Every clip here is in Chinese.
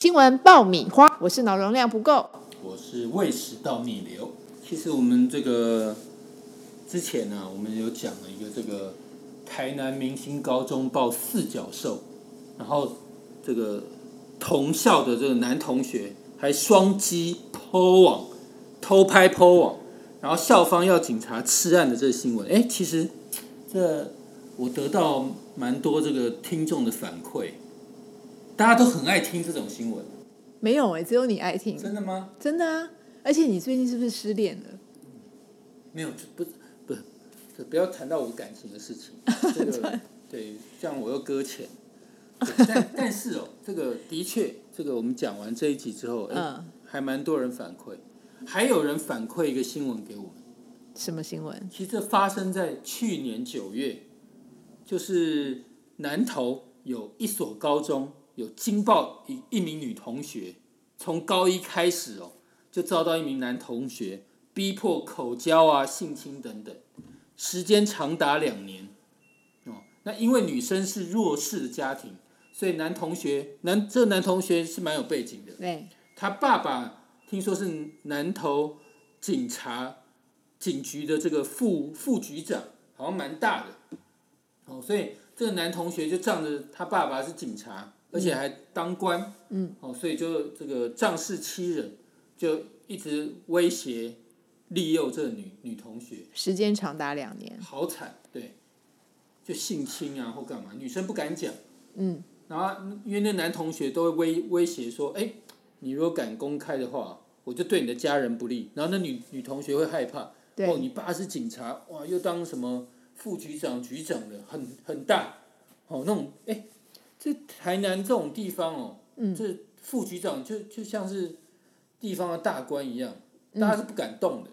新闻爆米花，我是脑容量不够。我是胃食道逆流。其实我们这个之前呢、我们有讲了一个这个台南明星高中报四角兽，然后这个同校的这个男同学还双击抛网，偷拍抛网，然后校方要警察吃案的这个新闻。哎，其实这我得到蛮多这个听众的反馈，大家都很爱听这种新闻，没有哎、只有你爱听，真的吗？真的啊！而且你最近是不是失恋了？没有，不不，这不要谈到我感情的事情。这个对，这样我又搁浅。对但但是哦，这个的确，这个我们讲完这一集之后，哎、嗯，还蛮多人反馈，还有人反馈一个新闻给我们。什么新闻？其实这发生在去年九月，就是南投有一所高中有惊爆一一名女同学，从高一开始哦，就遭到一名男同学逼迫口交啊、性侵等等，时间长达两年。哦，那因为女生是弱势的家庭，所以男同学男这男同学是蛮有背景的。对，他爸爸听说是南投警察警局的这个副副局长，好像蛮大的。哦，所以这个男同学就仗着他爸爸是警察，而且还当官，嗯，哦，所以就这个仗势欺人，就一直威胁、利诱这个女女同学，时间长达两年。好惨，对，就性侵啊或干嘛，女生不敢讲。嗯，然后因为那男同学都会威威胁说，哎，你如果敢公开的话，我就对你的家人不利。然后那女女同学会害怕，对，哦，你爸是警察，哇，又当什么副局长、局长的，很很大，哦，那种，哎，这台南这种地方哦，嗯这副局长就就像是地方的大官一样，嗯大家是不敢动的。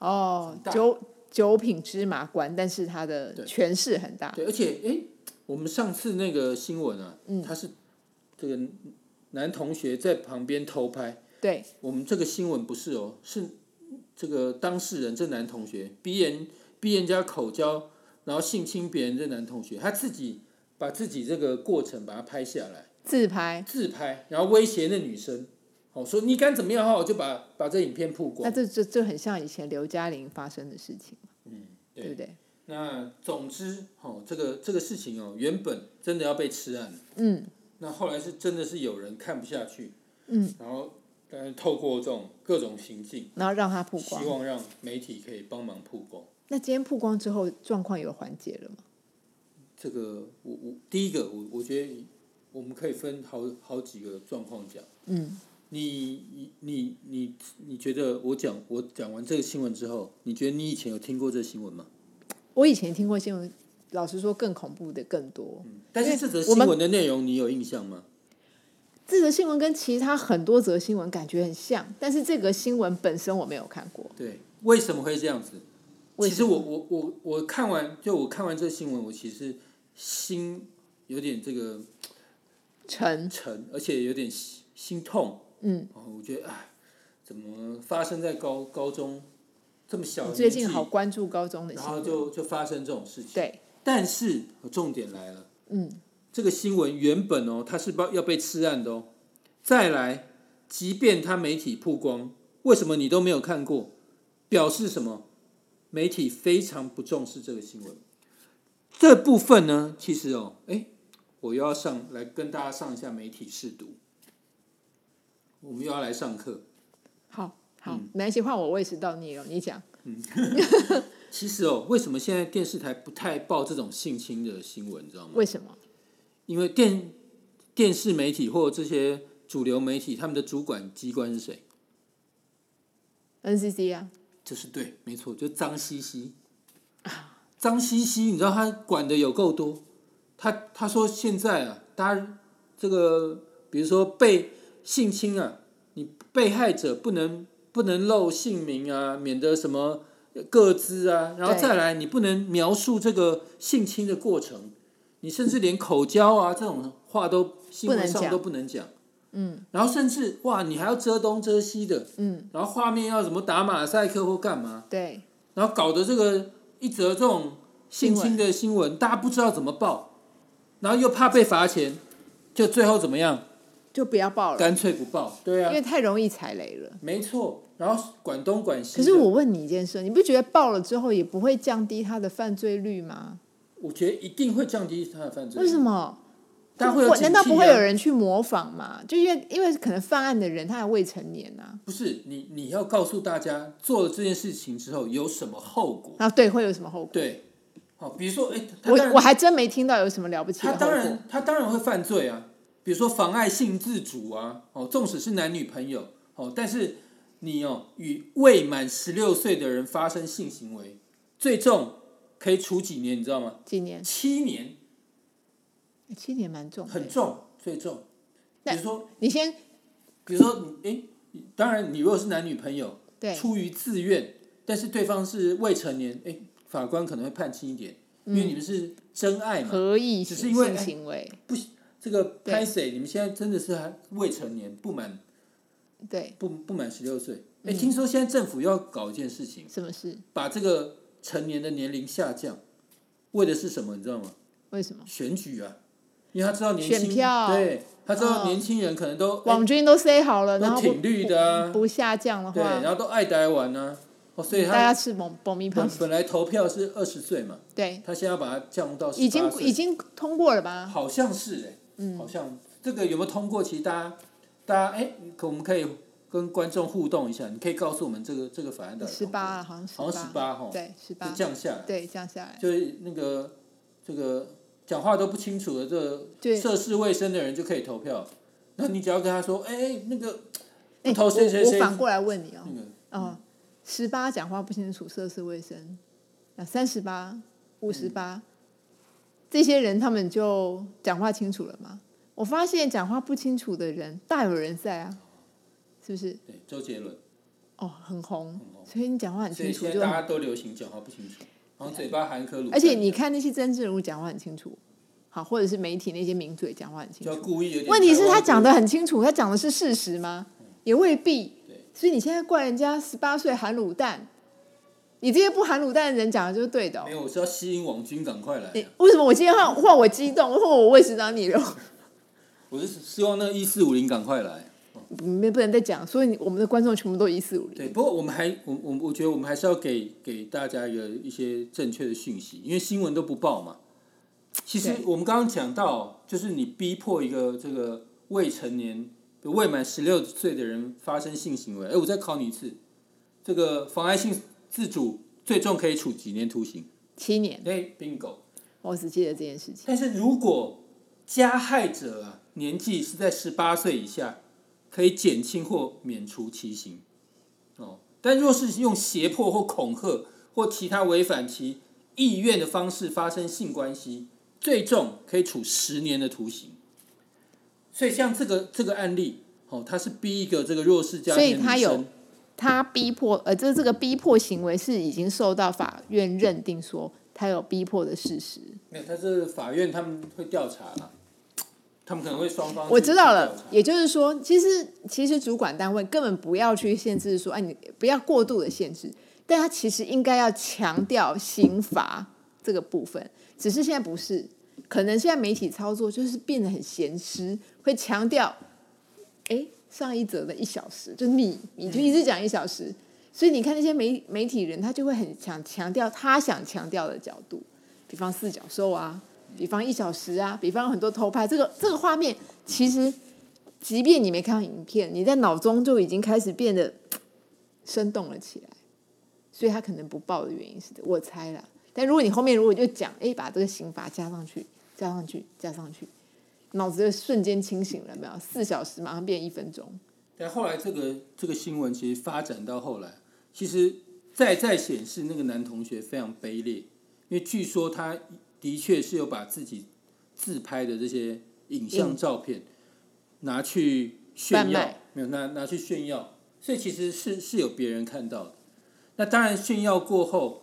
哦很，大九九品芝麻官，但是他的对权势很大。对，而且诶，我们上次那个新闻啊，嗯他是这个男同学在旁边偷拍。对，我们这个新闻不是哦，是这个当事人这男同学逼人逼人家口交，然后性侵别人这男同学，他自己把自己这个过程把它拍下来，自拍，自拍，然后威胁那女生，哦，说你敢怎么样哈，我就把把这影片曝那光。这这这很像以前刘嘉玲发生的事情，嗯，对不对。对？那总之，哦，这个这个事情哦，原本真的要被吃案了。嗯那后来是真的是有人看不下去，嗯，然后但是透过这种各种行径，然后让他曝希光。望让媒体可以帮忙曝光。那今天曝光之后，状况有缓解了吗？这个我我第一个我我觉得我们可以分好好几个状况讲。嗯，你你你你你觉得我讲我讲完这个新闻之后，你觉得你以前有听过这个新闻吗？我以前听过新闻，老实说，更恐怖的更多。但是这则新闻的内容你有印象吗？这则新闻跟其他很多则新闻感觉很像，但是这个新闻本身我没有看过。对，为什么会这样子？为其什实么我我我我看完就我看完这个新闻，我其实心有点这个陈，沉，而且有点心心痛。嗯，哦，我觉得哎，怎么发生在高高中这么小我的最年近纪，好关注高中的然新后闻。就就发生这种事情。对，但是哦重点来了，嗯，这个新闻原本哦，它是要要被吃案的哦。再来，即便它媒体曝光，为什么你都没有看过？表示什么？媒体非常不重视这个新闻。这部分呢，其实哦，哎，我又要上来跟大家上一下媒体试读，我们又要来上课。好好，嗯没关系，换我胃食道逆流，你讲。其实哦，为什么现在电视台不太报这种性侵的新闻，你知道吗？为什么？因为电电视媒体或这些主流媒体，他们的主管机关是谁？ NCC 啊，就是对，没错，就张西西。 张西西，你知道他管的有够多。他他说现在啊，大家这个比如说被性侵啊，你被害者不能不能露姓名啊，免得什么个资啊，然后对再来你不能描述这个性侵的过程，你甚至连口交啊这种话都新不闻能上讲都不能讲。嗯然后甚至哇，你还要遮东遮西的，嗯，然后画面要怎么打马赛克或干嘛，对，然后搞得这个一则这种性侵的新闻，大家不知道怎么报，然后又怕被罚钱，就最后怎么样？就不要报了，干脆不报。对啊因，为太容易踩雷了。没错。然后管东管西可的，是我问你一件事，你不觉得报了之后也不会降低他的犯罪率吗？我觉得一定会降低他的犯罪率。为什么？但会有不难道警惕不会有啊人去模仿吗？就因为因为可能犯案的人他还未成年啊呐、不是你，你要告诉大家做了这件事情之后有什么后果啊，。然后对会有什么后果？对，好，比如说，哎，他我当我然，还真没听到有什么了不起的他后当果。然，他当然会犯罪啊。比如说妨碍性自主啊，哦，纵使是男女朋友，哦，但是你哦与未满十六岁的人发生性行为，最重可以处几年，你知道吗？几年？七年，哎七年蛮重的很重，最重。比那如说，你先比如说，你哎，你当然，你如果是男女朋友，对出于自愿，但是对方是未成年，哎，法官可能会判轻一点，因嗯为你们是真爱嘛。合意只性是因为性哎行为，这个对拍谁？你们现在真的是还未成年，不满对，不不满十六岁。哎，嗯听说现在政府要搞一件事情，什么事？把这个成年的年龄下降，为的是什么？你知道吗？为什么？选举啊，因为他知道年轻，选票对他知道哦年轻人可能都、哎网军都 say 好了，然都后不挺绿的啊，不下降的对，话然，后都爱台湾啊，哦，所以大他嗯家吃爆爆米本棒，本来投票是二十岁嘛，对，他现在要把它降到已经18岁已经通过了吧？好像是嗯哎、好像这个有没有通过？其实大家，大家哎、可我们可以跟观众互动一下，你可以告诉我们这个这个法案的十八，啊好像好像十十八哈，嗯对，十就八，降下来，对，降下来，就是那个这个讲话都不清楚的这对个涉世未深的人就可以投票，那你只要跟他说，哎、哎那个哎，投谁谁我谁我反过来问你哦那，个哦，十八讲话不清楚，涉世未深，啊，三十八、五十嗯八，这些人他们就讲话清楚了吗？我发现讲话不清楚的人大有人在啊，是不是？对周杰伦，哦，很红红，所以你讲话很所以清楚现在就大很，家都流行讲话不清楚，然后嘴巴含一颗卤，而且你。看那些政治人物讲话很清楚，好，或者是媒体那些名嘴讲话很清就要楚。故意有点。问题是他讲的很清楚，他讲的是事实吗？也未必对。所以你现在怪人家十八岁含卤蛋，你这些不含卤蛋的人讲的就是对的、哦没。有，我是要吸引网军赶快来啊、你为什么我今天换换我激动，换我胃食道逆流？我是希望那个一四五零赶快来。没不能再讲，所以你我们的观众全部都一四五零。对，不过我们还，我我我觉得我们还是要给给大家有一些正确的讯息，因为新闻都不报嘛。其实对我们刚刚讲到，就是你逼迫一个这个未成年、未满十六岁的人发生性行为，哎，我再考你一次，这个妨碍性自主最重可以处几年徒刑？七年，哎，bingo。我只记得这件事情。但是如果加害者啊年纪是在十八岁以下，可以减轻或免除其刑。哦，但若是用胁迫或恐吓或其他违反其意愿的方式发生性关系，最重可以处十年的徒刑。所以像这个这个案例，哦，他是逼一个这个弱势家所以庭的他女有生他逼迫，呃，这这个逼迫行为是已经受到法院认定说他有逼迫的事实。没有，他是法院他们会调查啦，他们可能会双方我去知道调了查，也就是说，其实其实主管单位根本不要去限制说，哎，你不要过度的限制，但他其实应该要强调刑罚这个部分，只是现在不是，可能现在媒体操作就是变得很闲湿，会强调，哎，上一则的一小时，就你你就一直讲一小时，嗯所以你看那些媒媒体人，他就会很想强调他想强调的角度，比方四角兽啊，比方一小时啊，比方很多偷拍，这个这个画面其实，即便你没看到影片，你在脑中就已经开始变得生动了起来。所以他可能不报的原因是这，我猜啦。但如果你后面如果就讲，哎，把这个刑罚加上去，加上去，加上去，脑子就瞬间清醒了，有没有？四小时马上变一分钟，但后来这个这个新闻其实发展到后来，其实再再显示那个男同学非常卑劣，因为据说他的确是有把自己自拍的这些影像照片拿去炫贩耀卖，没有拿拿去炫耀，所以其实是是有别人看到的。那当然炫耀过后，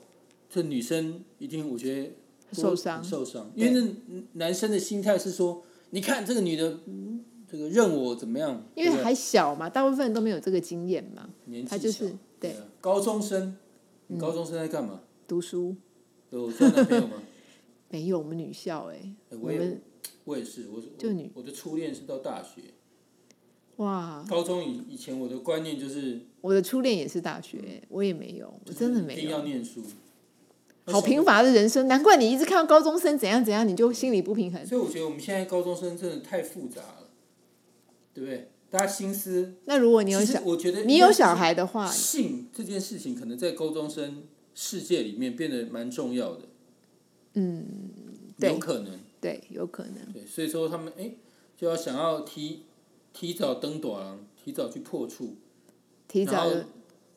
这女生一定我觉得受伤。受伤，因对为那男生的心态是说，你看这个女的，嗯这个任我怎么样，因为对不对还小嘛，大部分人都没有这个经验嘛，年纪他就小是对嗯啊高中生，你高中生在干嘛？读书有交男朋友 吗？没有我们女校哎、哎我我也们我也是，我就你我我的初恋是到大学，哇，高中以以前我的观念就是我的初恋也是大学，我也没有，我真的嗯一没定要有。念书，好贫乏的人生，难怪你一直看到高中生怎样怎样，你就心里不平衡。所以我觉得我们现在高中生真的太复杂了，对不对？大家心思，那如哦果你有其实小，我觉得你有小孩的话，性这件事情，可能在高中生世界里面变得蛮重要的，嗯，对有可能，对，有可能。对，所以说他们哎，就要想要提提早登短廊，提早去破处，提然早后的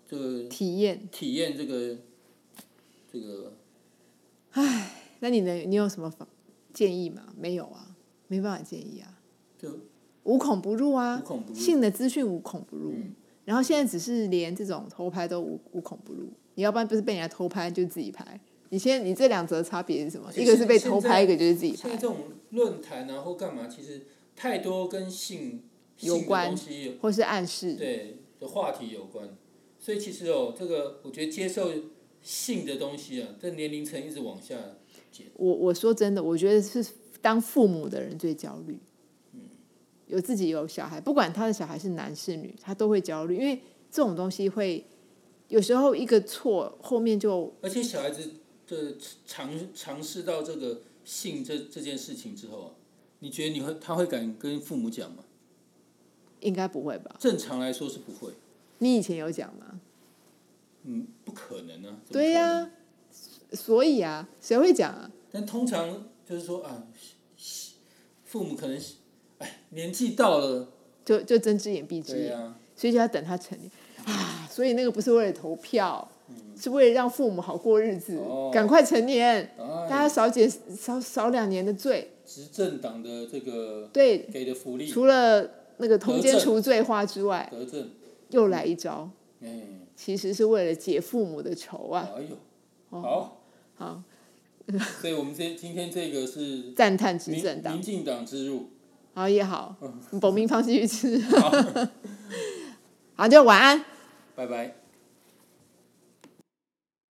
这个体验。体验这个这个那你能，你有什么方建议吗？没有啊，没办法建议啊。就无孔不入啊，无孔不入性的资讯无孔不入。嗯然后现在只是连这种偷拍都无无孔不入，你要不然不是被人家偷拍，就自己拍。你现在你这两则差别是什么？而且一个是现被现偷在拍，一个就是自己现拍在。这种论坛啊或干嘛，其实太多跟性有性的关东西有或是暗示，对的话题有关，所以其实哦，这个我觉得接受性的东西啊，这年龄层一直往下减，我我说真的，我觉得是当父母的人最焦虑。有自己有小孩，不管他的小孩是男是女，他都会焦虑，因为这种东西会有时候一个错，后面就而且小孩子的尝尝试到这个性这这件事情之后啊，你觉得你会他会敢跟父母讲吗？应该不会吧？正常来说是不会，你以前有讲吗？嗯，不可能啊。怎么对可呀、能所以啊，谁会讲啊？但通常就是说啊，父母可能是，哎，年纪到了，就就睁只眼闭只对眼，呀、所以就要等他成年啊。所以那个不是为了投票，是为了让父母好过日子，嗯哦赶快成年，啊，大家少减少少两年的罪。执政党的这个对，给的福利除了那个通奸德政除罪化之外，德政，又来一招，哎，其实是为了解父母的仇啊。哎呦，哦，好，好，所以我们这今天这个是赞叹执民政党民。进党之入，好也 好，保命方继续吃。好，就晚安。拜拜。